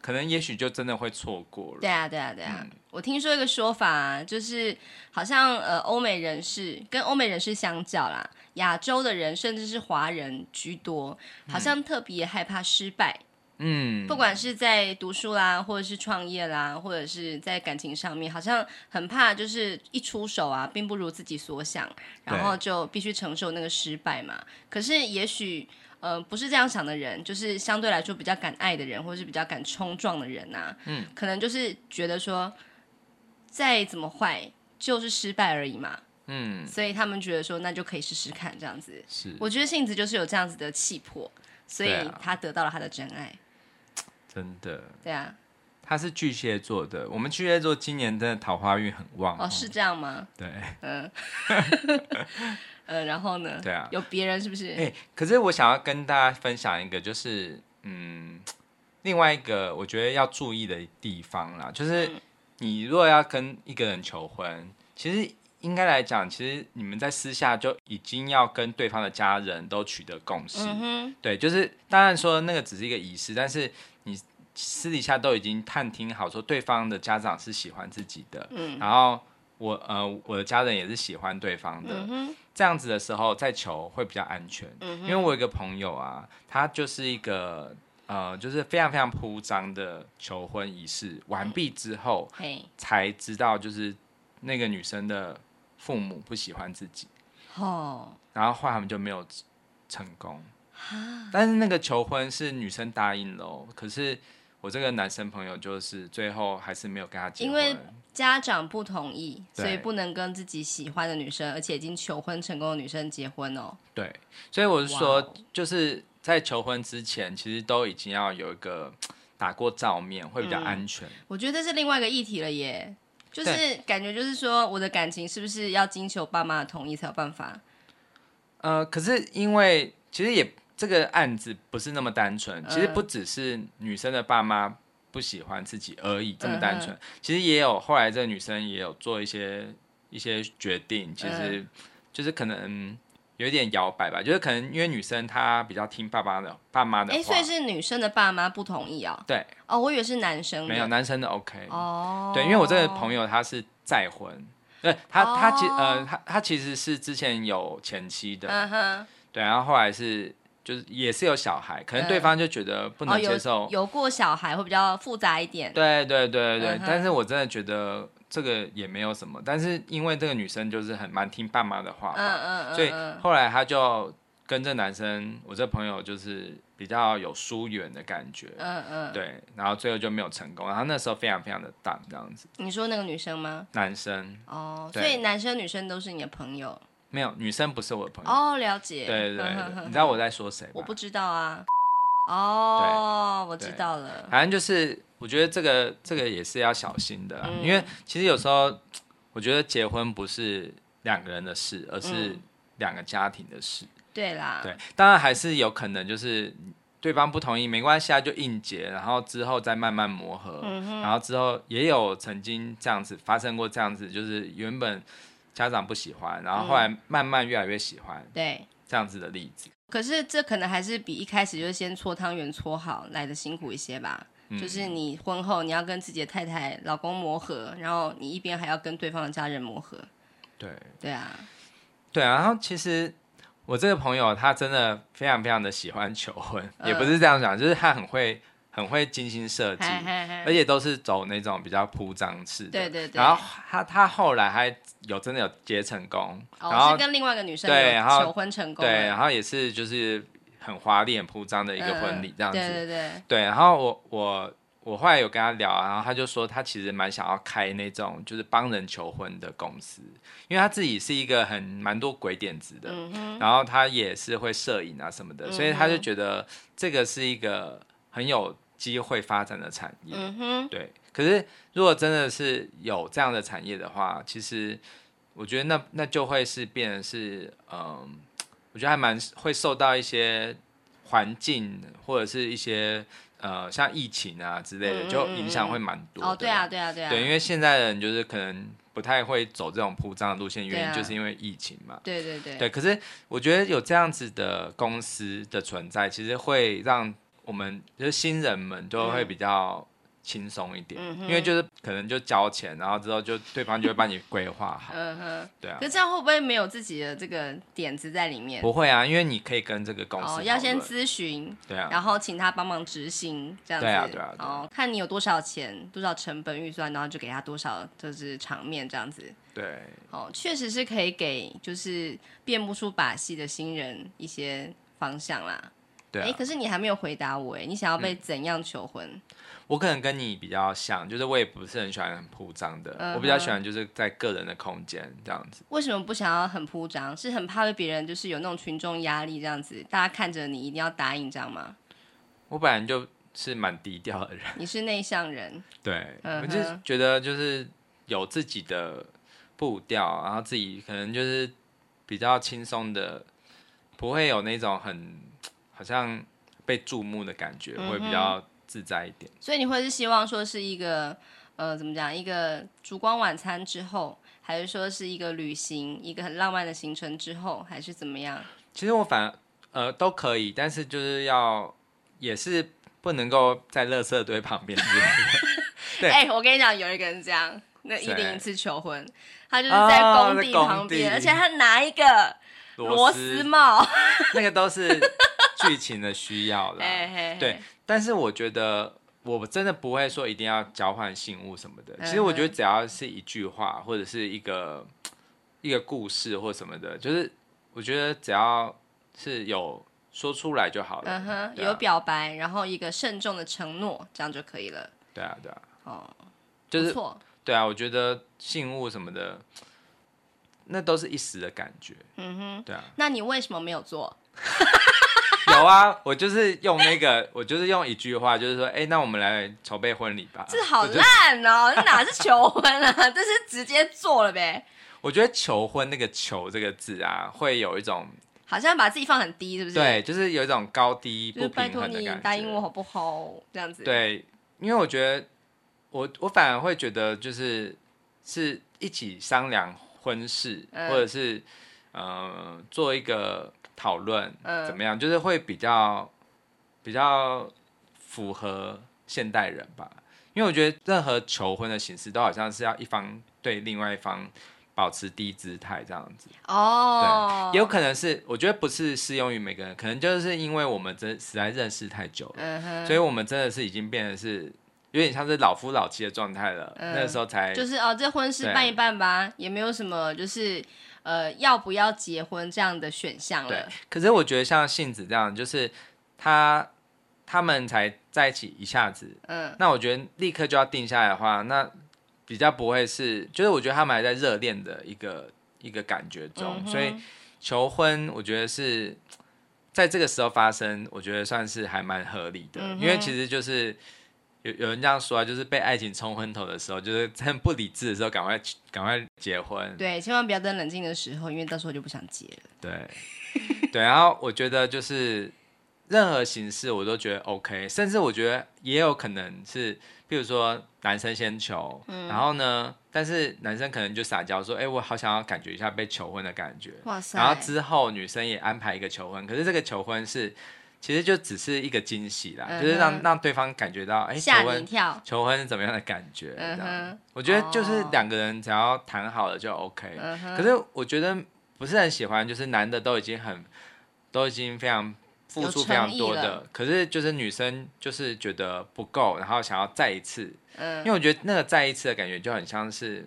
Speaker 1: 可能也许就真的会错过了。
Speaker 2: 对啊，对啊，对
Speaker 1: 嗯
Speaker 2: 啊。我听说一个说法、啊，就是好像呃，欧美人士跟欧美人士相较啦，亚洲的人甚至是华人居多，好像特别害怕失败，
Speaker 1: 嗯，
Speaker 2: 不管是在读书啦，或者是创业啦，或者是在感情上面，好像很怕就是一出手啊，并不如自己所想，然后就必须承受那个失败嘛。可是也许。呃，不是这样想的人，就是相对来说比较敢爱的人，或是比较敢冲撞的人啊，
Speaker 1: 嗯，
Speaker 2: 可能就是觉得说，再怎么坏就是失败而已嘛，
Speaker 1: 嗯，
Speaker 2: 所以他们觉得说那就可以试试看这样子。
Speaker 1: 是
Speaker 2: 我觉得杏子就是有这样子的气魄，所以
Speaker 1: 对啊
Speaker 2: 他得到了他的真爱。
Speaker 1: 真的。
Speaker 2: 对啊，
Speaker 1: 他是巨蟹座的，我们巨蟹座今年真的桃花运很旺
Speaker 2: 哦，是这样吗？
Speaker 1: 对，
Speaker 2: 嗯，呃，然后呢？
Speaker 1: 对啊
Speaker 2: 有别人是不是？
Speaker 1: 哎、可是我想要跟大家分享一个，就是嗯，另外一个我觉得要注意的地方啦，就是
Speaker 2: 嗯
Speaker 1: 你如果要跟一个人求婚，其实应该来讲，其实你们在私下就已经要跟对方的家人都取得共识，
Speaker 2: 嗯哼，
Speaker 1: 对，就是当然说那个只是一个仪式，但是你私底下都已经探听好，说对方的家长是喜欢自己的，
Speaker 2: 嗯
Speaker 1: 然后我呃我的家人也是喜欢对方的，
Speaker 2: 嗯哼，
Speaker 1: 这样子的时候再求会比较安全。
Speaker 2: 嗯
Speaker 1: 因
Speaker 2: 哼，
Speaker 1: 为我有一个朋友啊，他就是一个呃，就是非常非常铺张的求婚仪式完毕之后，
Speaker 2: 嘿，
Speaker 1: 才知道就是那个女生的父母不喜欢自己，
Speaker 2: 哦，
Speaker 1: 然后后来他们就没有成功。但是那个求婚是女生答应了哦，可是我这个男生朋友就是最后还是没有跟他结
Speaker 2: 因
Speaker 1: 婚。
Speaker 2: 为家长不同意，
Speaker 1: 对
Speaker 2: 所以不能跟自己喜欢的女生，而且已经求婚成功的女生结婚哦。
Speaker 1: 对，所以我是
Speaker 2: 哇哦
Speaker 1: 说，就是在求婚之前，其实都已经要有一个打过照面，会比较
Speaker 2: 嗯
Speaker 1: 安全。
Speaker 2: 我觉得这是另外一个议题了耶，就是感觉就是说，我的感情是不是要经求爸妈的同意才有办法？
Speaker 1: 呃，可是因为其实也这个案子不是那么单纯，其实不
Speaker 2: 嗯
Speaker 1: 只是女生的爸妈不喜欢自己而已这么单
Speaker 2: 嗯
Speaker 1: 纯，其实也有后来这个女生也有做一些一些决定，其实
Speaker 2: 嗯
Speaker 1: 就是可能有一点摇摆吧，就是可能因为女生她比较听爸爸的爸妈的啊
Speaker 2: 哎，
Speaker 1: 话
Speaker 2: 所以，是女生的爸妈不同意哦。
Speaker 1: 对，
Speaker 2: 哦，我以为是男生的。
Speaker 1: 没有男生的 OK，、
Speaker 2: 哦，
Speaker 1: 对，因为我这个朋友他是再婚。对他，他其呃，
Speaker 2: 哦
Speaker 1: 他他其实是之前有前妻的，
Speaker 2: 嗯哼，
Speaker 1: 对，然后后来是就是也是有小孩，可能对
Speaker 2: 嗯
Speaker 1: 方就觉得不
Speaker 2: 哦，
Speaker 1: 能
Speaker 2: 有
Speaker 1: 接受。
Speaker 2: 有过小孩会比较复杂一点。
Speaker 1: 对对对对，
Speaker 2: 嗯哼
Speaker 1: 但是我真的觉得这个也没有什么，但是因为这个女生就是很蛮听爸妈的话
Speaker 2: 嗯
Speaker 1: 嘛，
Speaker 2: 嗯嗯，
Speaker 1: 所以
Speaker 2: 嗯
Speaker 1: 后来她就跟这男生，我这朋友就是比较有疏远的感觉。
Speaker 2: 嗯嗯，
Speaker 1: 对，然后最后就没有成功，然后那时候非常非常的荡这样子。
Speaker 2: 你说那个女生吗？
Speaker 1: 男生
Speaker 2: 哦，所
Speaker 1: 对
Speaker 2: 以男生女生都是你的朋友。
Speaker 1: 没有，女生不是我的朋友。
Speaker 2: 哦，了解。
Speaker 1: 对对
Speaker 2: 嗯
Speaker 1: 对
Speaker 2: 哼哼
Speaker 1: 你知道我在说谁吧？
Speaker 2: 我不知道啊。哦，我知道了。
Speaker 1: 反正就是，我觉得这个这个也是要小心的啦、啊
Speaker 2: 嗯
Speaker 1: 因为其实有时候我觉得结婚不是两个人的事，而是
Speaker 2: 嗯啊
Speaker 1: 两个家庭的事。
Speaker 2: 对啦，
Speaker 1: 对，当然还是有可能就是对方不同意，没关系啊，就硬结，然后之后再慢慢磨合。
Speaker 2: 嗯哼
Speaker 1: 然后之后也有曾经这样子发生过，这样子就是原本家长不喜欢，然后
Speaker 2: 嗯
Speaker 1: 后来慢慢越来越喜欢
Speaker 2: 对。
Speaker 1: 这样子的例子。
Speaker 2: 可是这可能还是比一开始就先搓汤圆搓好来的辛苦一些吧。
Speaker 1: 嗯
Speaker 2: 就是你婚后你要跟自己的太太、老公磨合，然后你一边还要跟对方的家人磨合。
Speaker 1: 对，
Speaker 2: 对啊，
Speaker 1: 对啊，然后其实我这个朋友他真的非常非常的喜欢求婚，
Speaker 2: 嗯
Speaker 1: 也不是这样讲，就是他很会很会精心设计，
Speaker 2: 嗨嗨嗨
Speaker 1: 而且都是走那种比较铺张式的。
Speaker 2: 对对对
Speaker 1: 然后他他后来还有真的有结成功，然
Speaker 2: 哦，
Speaker 1: 后
Speaker 2: 是跟另外一个女生
Speaker 1: 对
Speaker 2: 有
Speaker 1: 然后
Speaker 2: 求婚成功
Speaker 1: 对，
Speaker 2: 了，
Speaker 1: 然后也是就是很华丽、很铺张的一个婚礼这样子。
Speaker 2: 嗯对对对，
Speaker 1: 对，然后我我我后来有跟他聊啊，然后他就说他其实蛮想要开那种就是帮人求婚的公司，因为他自己是一个很蛮多鬼点子的，
Speaker 2: 嗯哼，
Speaker 1: 然后他也是会摄影啊什么的，所以他就觉得这个是一个很有机会发展的产业。
Speaker 2: 嗯哼，
Speaker 1: 对，可是如果真的是有这样的产业的话，其实我觉得那那就会是变成是，嗯，我觉得还蛮会受到一些环境或者是一些呃像疫情啊之类
Speaker 2: 嗯
Speaker 1: 的，
Speaker 2: 嗯
Speaker 1: 就影响
Speaker 2: 嗯嗯
Speaker 1: 会蛮多的。
Speaker 2: 哦，对啊，对啊，对啊，
Speaker 1: 对，因为现在的人就是可能不太会走这种铺张的路线，
Speaker 2: 对
Speaker 1: 原
Speaker 2: 啊
Speaker 1: 因就是因为疫情嘛。
Speaker 2: 对对对，
Speaker 1: 对，可是我觉得有这样子的公司的存在，其实会让我们就是新人们就会比较轻松一点，
Speaker 2: 嗯哼
Speaker 1: 因为就是可能就交钱，然后之后就对方就会帮你规划好，
Speaker 2: 嗯哼，
Speaker 1: 对啊
Speaker 2: 可，是这样会不会没有自己的这个点子在里面？
Speaker 1: 不会啊，因为你可以跟这个公司讨
Speaker 2: 哦，
Speaker 1: 论、
Speaker 2: 要先咨询，
Speaker 1: 对啊，
Speaker 2: 然后请他帮忙执行，这样子。
Speaker 1: 对啊对啊对啊
Speaker 2: 哦，看你有多少钱、多少成本预算，然后就给他多少就是场面这样子。
Speaker 1: 对，
Speaker 2: 哦，确实是可以给就是变不出把戏的新人一些方向啦。
Speaker 1: 对、啊嗯
Speaker 2: 诶可是你还没有回答我哎，你想要被怎样求婚？
Speaker 1: 我可能跟你比较像，就是我也不是很喜欢很铺张的
Speaker 2: 嗯哼
Speaker 1: 我比较喜欢就是在个人的空间这样子。
Speaker 2: 为什么不想要很铺张？是很怕被别人就是有那种群众压力这样子，大家看着你一定要答应这样吗？
Speaker 1: 我本来就是蛮低调的人，
Speaker 2: 你是内向人，
Speaker 1: 对、
Speaker 2: 嗯哼
Speaker 1: 我就是觉得就是有自己的步调，然后自己可能就是比较轻松的，不会有那种很好像被注目的感觉，
Speaker 2: 嗯哼
Speaker 1: 会比较自在一点。
Speaker 2: 所以你会是希望说是一个呃怎么讲一个烛光晚餐之后，还是说是一个旅行一个很浪漫的行程之后，还是怎么样？
Speaker 1: 其实我反呃都可以，但是就是要也是不能够在垃圾堆旁边 之类的。对
Speaker 2: 哎、我跟你讲，有一个人这样，那一
Speaker 1: 谁
Speaker 2: 零一次求婚，他就是在工
Speaker 1: 哦在
Speaker 2: 地
Speaker 1: 工
Speaker 2: 旁边，
Speaker 1: 地
Speaker 2: 而且他拿一个螺丝帽，
Speaker 1: 那个都是剧情的需要 啦。
Speaker 2: 嘿嘿嘿
Speaker 1: 对，但是我觉得我真的不会说一定要交换信物什么的。
Speaker 2: 嗯哼
Speaker 1: 其实我觉得只要是一句话或者是一个一个故事或什么的，就是我觉得只要是有说出来就好了。
Speaker 2: 嗯哼，
Speaker 1: 对啊
Speaker 2: 有表白，然后一个慎重的承诺，这样就可以了。
Speaker 1: 对啊，对啊，
Speaker 2: 哦，
Speaker 1: 就
Speaker 2: 不
Speaker 1: 是
Speaker 2: 错，
Speaker 1: 对啊，我觉得信物什么的，那都是一时的感觉。
Speaker 2: 嗯哼。
Speaker 1: 对啊，
Speaker 2: 那你为什么没有做？
Speaker 1: 有啊， 我就是用那个，我就是用一句话，就是说，哎、那我们来筹备婚礼吧。
Speaker 2: 这好
Speaker 1: 我就
Speaker 2: 烂哦！这哪是求婚啊？这是直接做了呗，
Speaker 1: 我觉得“求婚”那个“求”这个字啊，会有一种
Speaker 2: 好像把自己放很低，是不是？，
Speaker 1: 对，就是有一种高低
Speaker 2: 就是
Speaker 1: 不
Speaker 2: 拜
Speaker 1: 平
Speaker 2: 托
Speaker 1: 衡的
Speaker 2: 你
Speaker 1: 感觉。
Speaker 2: 答应我好不好？这样子。，
Speaker 1: 对，因为我觉得我我反而会觉得就是是一起商量婚事，
Speaker 2: 嗯
Speaker 1: 或者是呃做一个讨论，
Speaker 2: 嗯
Speaker 1: 怎么样，就是会比较比较符合现代人吧。因为我觉得任何求婚的形式都好像是要一方对另外一方保持低姿态这样子。
Speaker 2: 哦，
Speaker 1: 也有可能是，我觉得不是适用于每个人，可能就是因为我们真实在认识太久了，
Speaker 2: 嗯哼，
Speaker 1: 所以我们真的是已经变得是有点像是老夫老妻的状态了。
Speaker 2: 嗯
Speaker 1: 那时候才
Speaker 2: 就是哦，这婚事
Speaker 1: 对
Speaker 2: 办一办吧，也没有什么就是呃要不要结婚这样的选项
Speaker 1: 对
Speaker 2: 了。，
Speaker 1: 可是我觉得像杏子这样，就是他他们才在一起一下子，
Speaker 2: 嗯，
Speaker 1: 那我觉得立刻就要定下来的话，那比较不会是，就是我觉得他们还在热恋的一个一个感觉中，
Speaker 2: 嗯哼
Speaker 1: 所以求婚，我觉得是在这个时候发生，我觉得算是还蛮合理的，
Speaker 2: 嗯哼
Speaker 1: 因为其实就是有有人这样说啊，就是被爱情冲昏头的时候，就是趁不理智的时候，赶快赶快结婚，
Speaker 2: 对，千万不要在冷静的时候，因为到时候就不想结了。
Speaker 1: 对对，然后我觉得就是任何形式我都觉得 OK，甚至我觉得也有可能是，比如说男生先求，
Speaker 2: 嗯
Speaker 1: 然后呢，但是男生可能就撒娇说，哎、我好想要感觉一下被求婚的感觉，
Speaker 2: 哇塞，
Speaker 1: 然后之后女生也安排一个求婚，可是这个求婚是其实就只是一个惊喜啦，就是
Speaker 2: 嗯
Speaker 1: 让
Speaker 2: 哼
Speaker 1: 让对方感觉到，哎、求
Speaker 2: 吓你一
Speaker 1: 婚。
Speaker 2: 跳。
Speaker 1: 求婚是怎么样的感觉？这
Speaker 2: 嗯
Speaker 1: 样，
Speaker 2: 哼，
Speaker 1: 我觉得就是
Speaker 2: 哦
Speaker 1: 两个人只要谈好了就 OK。
Speaker 2: 嗯哼，
Speaker 1: 可是我觉得不是很喜欢，就是男的都已经很都已经非常付出非常多
Speaker 2: 有诚意
Speaker 1: 的，可是就是女生就是觉得不够，然后想要再一次，因
Speaker 2: 嗯，
Speaker 1: 为我觉得那个再一次的感觉就很像是，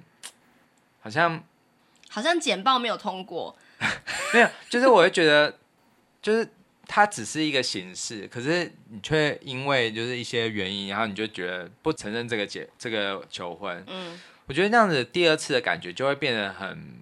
Speaker 1: 好像
Speaker 2: 好像简报没有通过。
Speaker 1: 没有，就是我会觉得就是。它只是一个形式，可是你却因为就是一些原因，然后你就觉得不承认这个结这个求婚，
Speaker 2: 嗯，
Speaker 1: 我觉得那样子第二次的感觉就会变得很，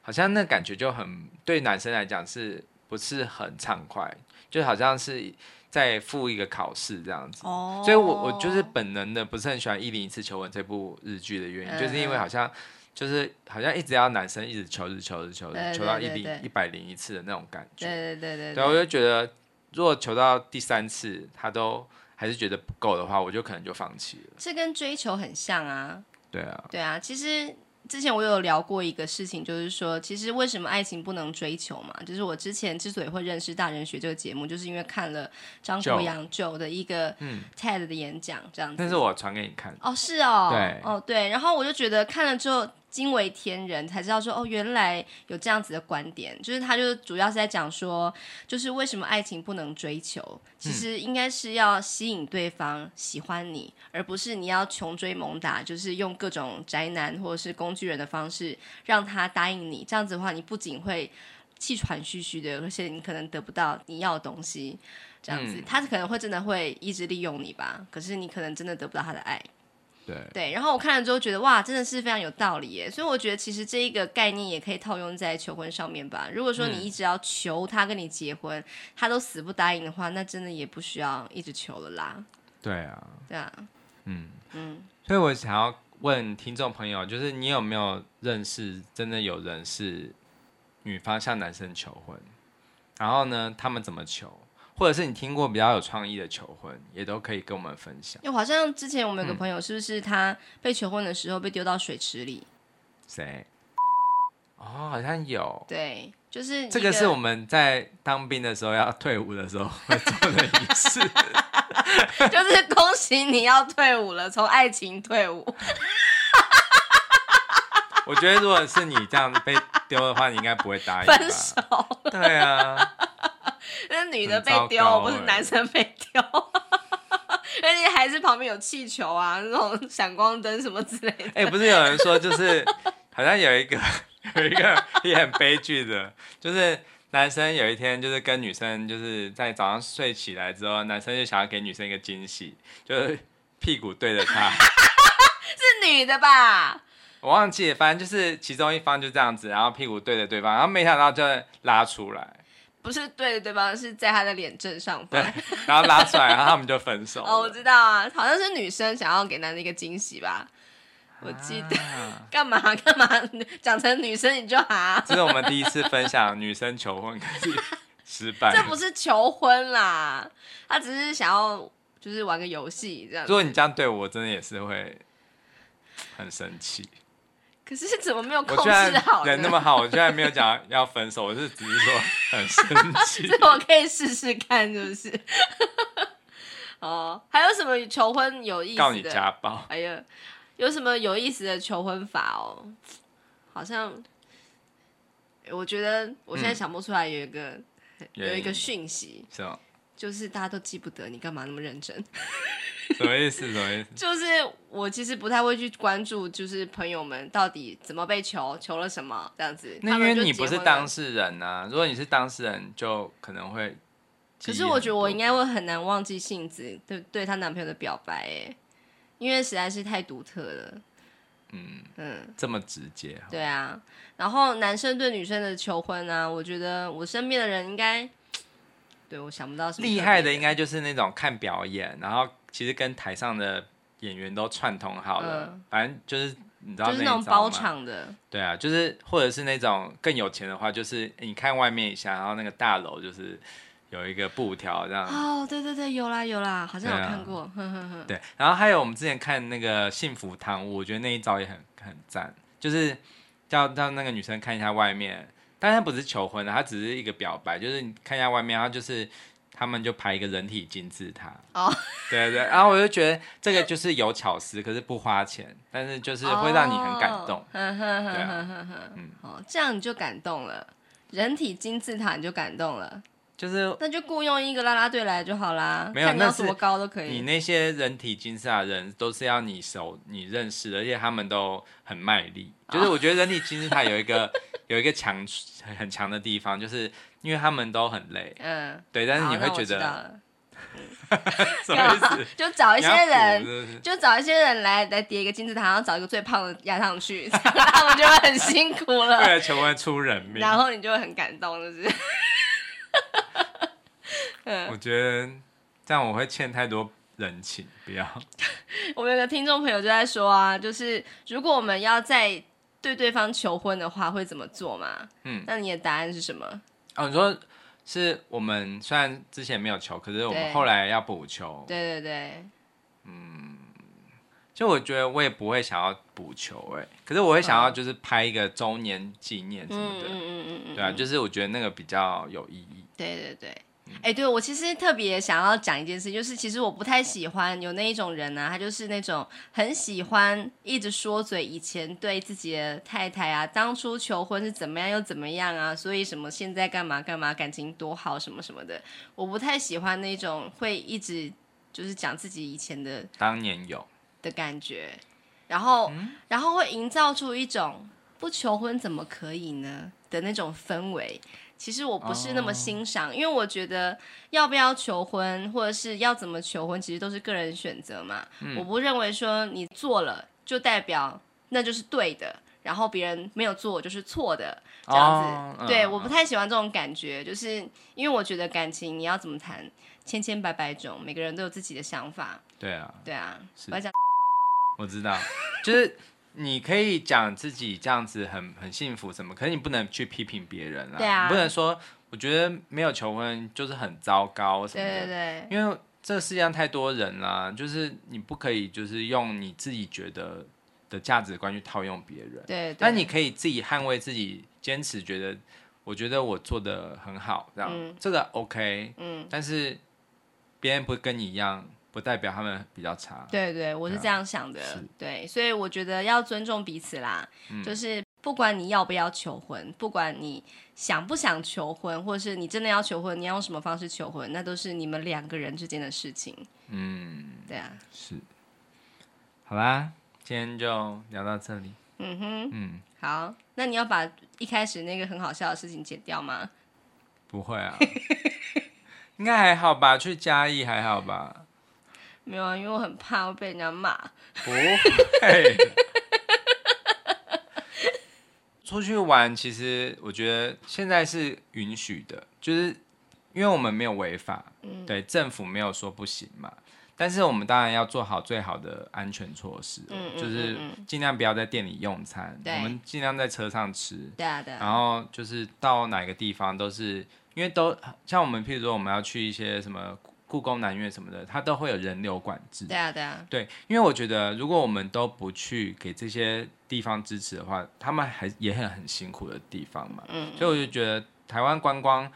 Speaker 1: 好像那感觉就很对男生来讲是不是很畅快，就好像是在赴一个考试这样子。
Speaker 2: 哦，
Speaker 1: 所以我我就是本能的不是很喜欢《一零一次求婚》这部日剧的原因，
Speaker 2: 嗯
Speaker 1: 就是因为好像就是好像一直要男生一直求，一直求，一直求，
Speaker 2: 对
Speaker 1: 求到一
Speaker 2: 对对
Speaker 1: 零
Speaker 2: 对
Speaker 1: 一百零一次的那种感觉。
Speaker 2: 对对对对
Speaker 1: 对啊，我就觉得如果求到第三次他都还是觉得不够的话，我就可能就放弃了。
Speaker 2: 这跟追求很像啊。
Speaker 1: 对啊，
Speaker 2: 对啊，其实之前我有聊过一个事情，就是说，其实为什么爱情不能追求嘛？就是我之前之所以会认识《大人学》这个节目，就是因为看了张国
Speaker 1: Joe
Speaker 2: 阳 Joe 的一个
Speaker 1: 嗯
Speaker 2: TED 的演讲，这样子。
Speaker 1: 但是我传给你看，
Speaker 2: 哦，是哦，
Speaker 1: 对
Speaker 2: 哦对，然后我就觉得看了之后惊为天人，才知道说哦，原来有这样子的观点，就是他就主要是在讲说，就是为什么爱情不能追求，
Speaker 1: 嗯
Speaker 2: 其实应该是要吸引对方喜欢你，而不是你要穷追猛打，就是用各种宅男或者是工具人的方式让他答应你，这样子的话，你不仅会。气喘吁吁的，而且你可能得不到你要的东西，这样子，
Speaker 1: 嗯
Speaker 2: 他可能会真的会一直利用你吧，可是你可能真的得不到他的爱。
Speaker 1: 对，
Speaker 2: 对，然后我看了之后觉得哇，真的是非常有道理耶。所以我觉得其实这一个概念也可以套用在求婚上面吧。如果
Speaker 1: 嗯
Speaker 2: 说你一直要求他跟你结婚，他都死不答应的话，那真的也不需要一直求了啦。
Speaker 1: 对啊，
Speaker 2: 对啊，
Speaker 1: 嗯
Speaker 2: 嗯，
Speaker 1: 所以我想要问听众朋友，就是你有没有认识真的有人是女方向男生求婚，然后呢，他们怎么求，或者是你听过比较有创意的求婚，也都可以跟我们分享。
Speaker 2: 因为好像之前我们
Speaker 1: 嗯
Speaker 2: 有个朋友，是不是他被求婚的时候被丢到水池里？
Speaker 1: 谁？哦，好像有，
Speaker 2: 对，就是
Speaker 1: 这
Speaker 2: 一
Speaker 1: 个是我们在当兵的时候要退伍的时候会做的仪式。
Speaker 2: 就是 恭喜你要退伍了，从爱情退伍。
Speaker 1: 我觉得如果是你这样被丢的话，你应该不会答应吧？
Speaker 2: 分手，
Speaker 1: 对啊，
Speaker 2: 那女的被
Speaker 1: 很糟
Speaker 2: 丢，
Speaker 1: 糕
Speaker 2: 不是
Speaker 1: 欸
Speaker 2: 男生被丢， 而且还是旁边有气球啊，那种闪光灯什么之类的。
Speaker 1: 哎、不是有人说，就是好像有一个有一个也很悲剧的，就是男生有一天就是跟女生就是在早上睡起来之后，男生就想要给女生一个惊喜，就是屁股对着她。
Speaker 2: 是女的吧？
Speaker 1: 我忘记了，反正就是其中一方就这样子，然后屁股对着对方，然后没想到就拉出来，
Speaker 2: 不是对的对方，是在他的脸正上
Speaker 1: 对
Speaker 2: 方。，
Speaker 1: 然后拉出来，然后他们就分手了。
Speaker 2: 哦，我知道啊，好像是女生想要给男的一个惊喜吧？我记得。
Speaker 1: 啊
Speaker 2: 干嘛 干嘛？讲成女生你就啊？
Speaker 1: 这是我们第一次分享女生求婚，可是失败。
Speaker 2: 这不是求婚啦，他只是想要就是玩个游戏这样
Speaker 1: 如。果你这样对我，我真的也是会很生气。
Speaker 2: 可是怎么没有
Speaker 1: 我
Speaker 2: 控
Speaker 1: 居然
Speaker 2: 制好呢？
Speaker 1: 人那么好，我居然没有讲要分手，我是只是说很生 气
Speaker 2: 这。我可以试试看，是不是？ 哦，还有什么求婚有意
Speaker 1: 告你
Speaker 2: 思的？
Speaker 1: 家暴，
Speaker 2: 哎呀，有什么有意思的求婚法哦？好像我觉得我现在
Speaker 1: 嗯
Speaker 2: 想不出来有一个、
Speaker 1: 原因哦
Speaker 2: 有一个讯息，
Speaker 1: 什么
Speaker 2: 就是大家都记不得，你干嘛那么认真？
Speaker 1: 什么意思？什么意思？
Speaker 2: 就是我其实不太会去关注，就是朋友们到底怎么被求，求了什么这样子。
Speaker 1: 那
Speaker 2: 他
Speaker 1: 因
Speaker 2: 们
Speaker 1: 为
Speaker 2: 就
Speaker 1: 你
Speaker 2: 结
Speaker 1: 不是
Speaker 2: 婚了
Speaker 1: 当事人呐、如果你是当事人，就可能会记
Speaker 2: 可
Speaker 1: 忆很多。
Speaker 2: 是我觉得我应该会很难忘记杏子对对她男朋友的表白，哎，因为实在是太独特了。
Speaker 1: 嗯
Speaker 2: 嗯，
Speaker 1: 这么直接哦，
Speaker 2: 对啊。然后男生对女生的求婚啊，我觉得我身边的人应该，对我想不到什么
Speaker 1: 厉害
Speaker 2: 特
Speaker 1: 的
Speaker 2: 别
Speaker 1: 应该就是那种看表演，然后其实跟台上的演员都串通好了，
Speaker 2: 嗯
Speaker 1: 反正就是你知道
Speaker 2: 就是
Speaker 1: 一
Speaker 2: 那种
Speaker 1: 招
Speaker 2: 包
Speaker 1: 吗。
Speaker 2: 场的，
Speaker 1: 对啊，就是或者是那种更有钱的话，就是你看外面一下，然后那个大楼就是有一个布条这样。
Speaker 2: 哦，对对对，有啦有啦，好像
Speaker 1: 啊对
Speaker 2: 有
Speaker 1: 啊
Speaker 2: 看过，哼哼哼。
Speaker 1: 对，然后还有我们之前看那个《幸福堂屋》，我觉得那一招也很很赞，就是叫叫那个女生看一下外面，但她不是求婚的，她只是一个表白，就是你看一下外面，然后就是他们就排一个人体金字塔。
Speaker 2: 哦，
Speaker 1: 对对，然后我就觉得这个就是有巧思，可是不花钱，但是就是会让你很感动。
Speaker 2: 哦。哼哼
Speaker 1: 对
Speaker 2: 哼
Speaker 1: 啊
Speaker 2: 哼哼哼
Speaker 1: 嗯，
Speaker 2: 哦，这样你就感动了，人体金字塔你就感动了，
Speaker 1: 就是
Speaker 2: 那就雇佣一个啦啦队来就好啦，
Speaker 1: 没有
Speaker 2: 看你要
Speaker 1: 那是
Speaker 2: 多高都可以。
Speaker 1: 你那些人体金字塔的人都是要你熟、你认识的，而且他们都很卖力。就是我觉得人体金字塔有一 个有一个强很强的地方，就是因为他们都很累，
Speaker 2: 嗯，
Speaker 1: 对，但是
Speaker 2: 好
Speaker 1: 你
Speaker 2: 那
Speaker 1: 会
Speaker 2: 我
Speaker 1: 觉
Speaker 2: 知道
Speaker 1: 得
Speaker 2: 了
Speaker 1: 什么意 思？
Speaker 2: 就找一些人，
Speaker 1: 人
Speaker 2: 就找一些人来来叠一个金字塔，然后找一个最胖的压上去， 这样他们就会很辛苦
Speaker 1: 为
Speaker 2: 了。
Speaker 1: 了求婚出人 命，
Speaker 2: 然后你就会很感动，就是
Speaker 1: 我觉得这样我会欠太多人情，不要。
Speaker 2: 我们有个听众朋友就在说啊，就是如果我们要在对对方求婚的话，会怎么做嘛？
Speaker 1: 嗯
Speaker 2: 那你的答案是什么？
Speaker 1: 哦，你说是我们虽然之前没有求，可是我
Speaker 2: 对
Speaker 1: 们后来要补求，
Speaker 2: 对对对，
Speaker 1: 就我觉得我也不会想要补球哎、可是我会想要就是拍一个周年纪念什么
Speaker 2: 嗯嗯嗯
Speaker 1: 的，
Speaker 2: 嗯嗯嗯，
Speaker 1: 对啊，就是我觉得那个比较有意义。
Speaker 2: 对对对。哎、对我其实特别想要讲一件事，就是其实我不太喜欢有那一种人啊，他就是那种很喜欢一直说嘴以前对自己的太太啊，当初求婚是怎么样又怎么样啊，所以什么现在干嘛干嘛，感情多好什么什么的，我不太喜欢那种会一直就是讲自己以前的
Speaker 1: 当年有，
Speaker 2: 的感觉，然后、
Speaker 1: 嗯
Speaker 2: 然后会营造出一种不求婚怎么可以呢的那种氛围。其实我不是
Speaker 1: 哦
Speaker 2: 那么欣赏，因为我觉得要不要求婚，或者是要怎么求婚，其实都是个人选择嘛。
Speaker 1: 嗯
Speaker 2: 我不认为说你做了就代表那就是对的，然后别人没有做就是错的这样子。
Speaker 1: 哦嗯
Speaker 2: 对，
Speaker 1: 嗯
Speaker 2: 我不太喜欢这种感觉，就是因为我觉得感情你要怎么谈，千千百百种，每个人都有自己的想法。
Speaker 1: 对啊，
Speaker 2: 对啊，
Speaker 1: 是
Speaker 2: 我要讲。
Speaker 1: 我知道，就是你可以讲自己这样子很很幸福什么，可是你不能去批评别人啊，
Speaker 2: 对啊
Speaker 1: 你不能说我觉得没有求婚就是很糟糕什么
Speaker 2: 对
Speaker 1: 的，
Speaker 2: 对对，
Speaker 1: 因为这世界上太多人啦、就是你不可以就是用你自己觉得的价值观去套用别人，
Speaker 2: 对对。
Speaker 1: 但你可以自己捍卫自己，坚持觉得我觉得我做的很好，这样、
Speaker 2: 嗯
Speaker 1: 这个 OK，
Speaker 2: 嗯，
Speaker 1: 但是别人不跟你一样，不代表他们比较差，
Speaker 2: 对对，我是
Speaker 1: 对啊
Speaker 2: 这样想的
Speaker 1: 是。嗯
Speaker 2: 对，所以我觉得要尊重彼此啦，就是不管你要不要求婚，不管你想不想求婚，或者是你真的要求婚，你要用什么方式求婚，那都是你们两个人之间的事情。
Speaker 1: 嗯。
Speaker 2: 对啊，
Speaker 1: 是，好啦，今天就聊到这里。
Speaker 2: 嗯哼，
Speaker 1: 嗯，
Speaker 2: 好，那你要把一开始那个很好笑的事情剪掉吗？
Speaker 1: 不会啊，应该还好吧？去嘉义还好吧？
Speaker 2: 没有啊，因为我很怕会被人家骂。
Speaker 1: 不会。 出去玩，其实我觉得现在是允许的，就是因为我们没有违法，
Speaker 2: 嗯
Speaker 1: 对政府没有说不行嘛。但是我们当然要做好最好的安全措施哦，
Speaker 2: 嗯嗯
Speaker 1: 就是
Speaker 2: 嗯
Speaker 1: 尽量不要在店里用餐，
Speaker 2: 对
Speaker 1: 我们尽量在车上吃，
Speaker 2: 对啊，对啊，
Speaker 1: 然后就是到哪个地方都是，因为都像我们，譬如说我们要去一些什么故宫南院什么的，它都会有人流管制。
Speaker 2: 对啊，对啊，
Speaker 1: 对，因为我觉得如果我们都不去给这些地方支持的话，他们还也很很辛苦的地方嘛。
Speaker 2: 嗯，
Speaker 1: 所以我就觉得台湾观光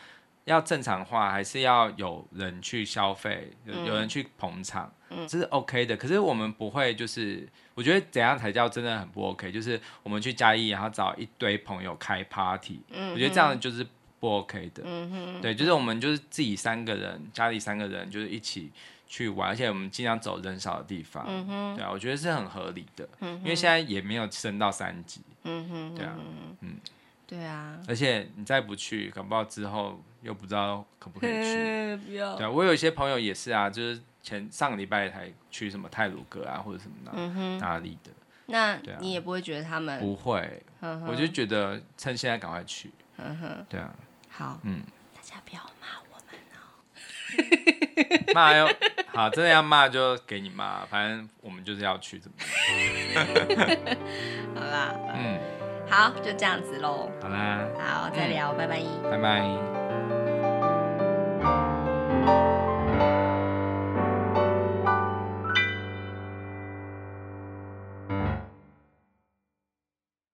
Speaker 1: 要正常化，还是要有人去消费，有有
Speaker 2: 嗯
Speaker 1: 人去捧场，这是 OK 的。可是我们不会就是，我觉得怎样才叫真的很不 OK，就是我们去嘉义，然后找一堆朋友开 party，、
Speaker 2: 嗯，
Speaker 1: 我觉得这样就是不 OK 的。
Speaker 2: 嗯哼，
Speaker 1: 对，就是我们就是自己三个人，家里三个人就是一起去玩，而且我们尽量走人少的地方。
Speaker 2: 嗯哼，
Speaker 1: 对啊，我觉得是很合理的，因为现在也没有升到三级，
Speaker 2: 嗯哼，
Speaker 1: 对啊，
Speaker 2: 对啊，
Speaker 1: 而且你再不去，搞不好之后又不知道可不可以去。
Speaker 2: 不要
Speaker 1: 对啊，我有一些朋友也是啊，就是前上个礼拜才去什么泰鲁阁啊，或者什么哪、
Speaker 2: 嗯
Speaker 1: 哪里的，
Speaker 2: 那
Speaker 1: 对啊
Speaker 2: 你也不会觉得他们，
Speaker 1: 不会，
Speaker 2: 呵呵
Speaker 1: 我就觉得趁现在赶快去。
Speaker 2: 呵呵，
Speaker 1: 对啊，
Speaker 2: 好，
Speaker 1: 嗯，
Speaker 2: 大家不要骂我们，
Speaker 1: 骂又好，真的要骂就给你骂，反正我们就是要去，怎么样？
Speaker 2: 好啦，
Speaker 1: 嗯，
Speaker 2: 好，就这样子喽，
Speaker 1: 好啦，
Speaker 2: 好，再聊，拜拜。
Speaker 1: 拜拜。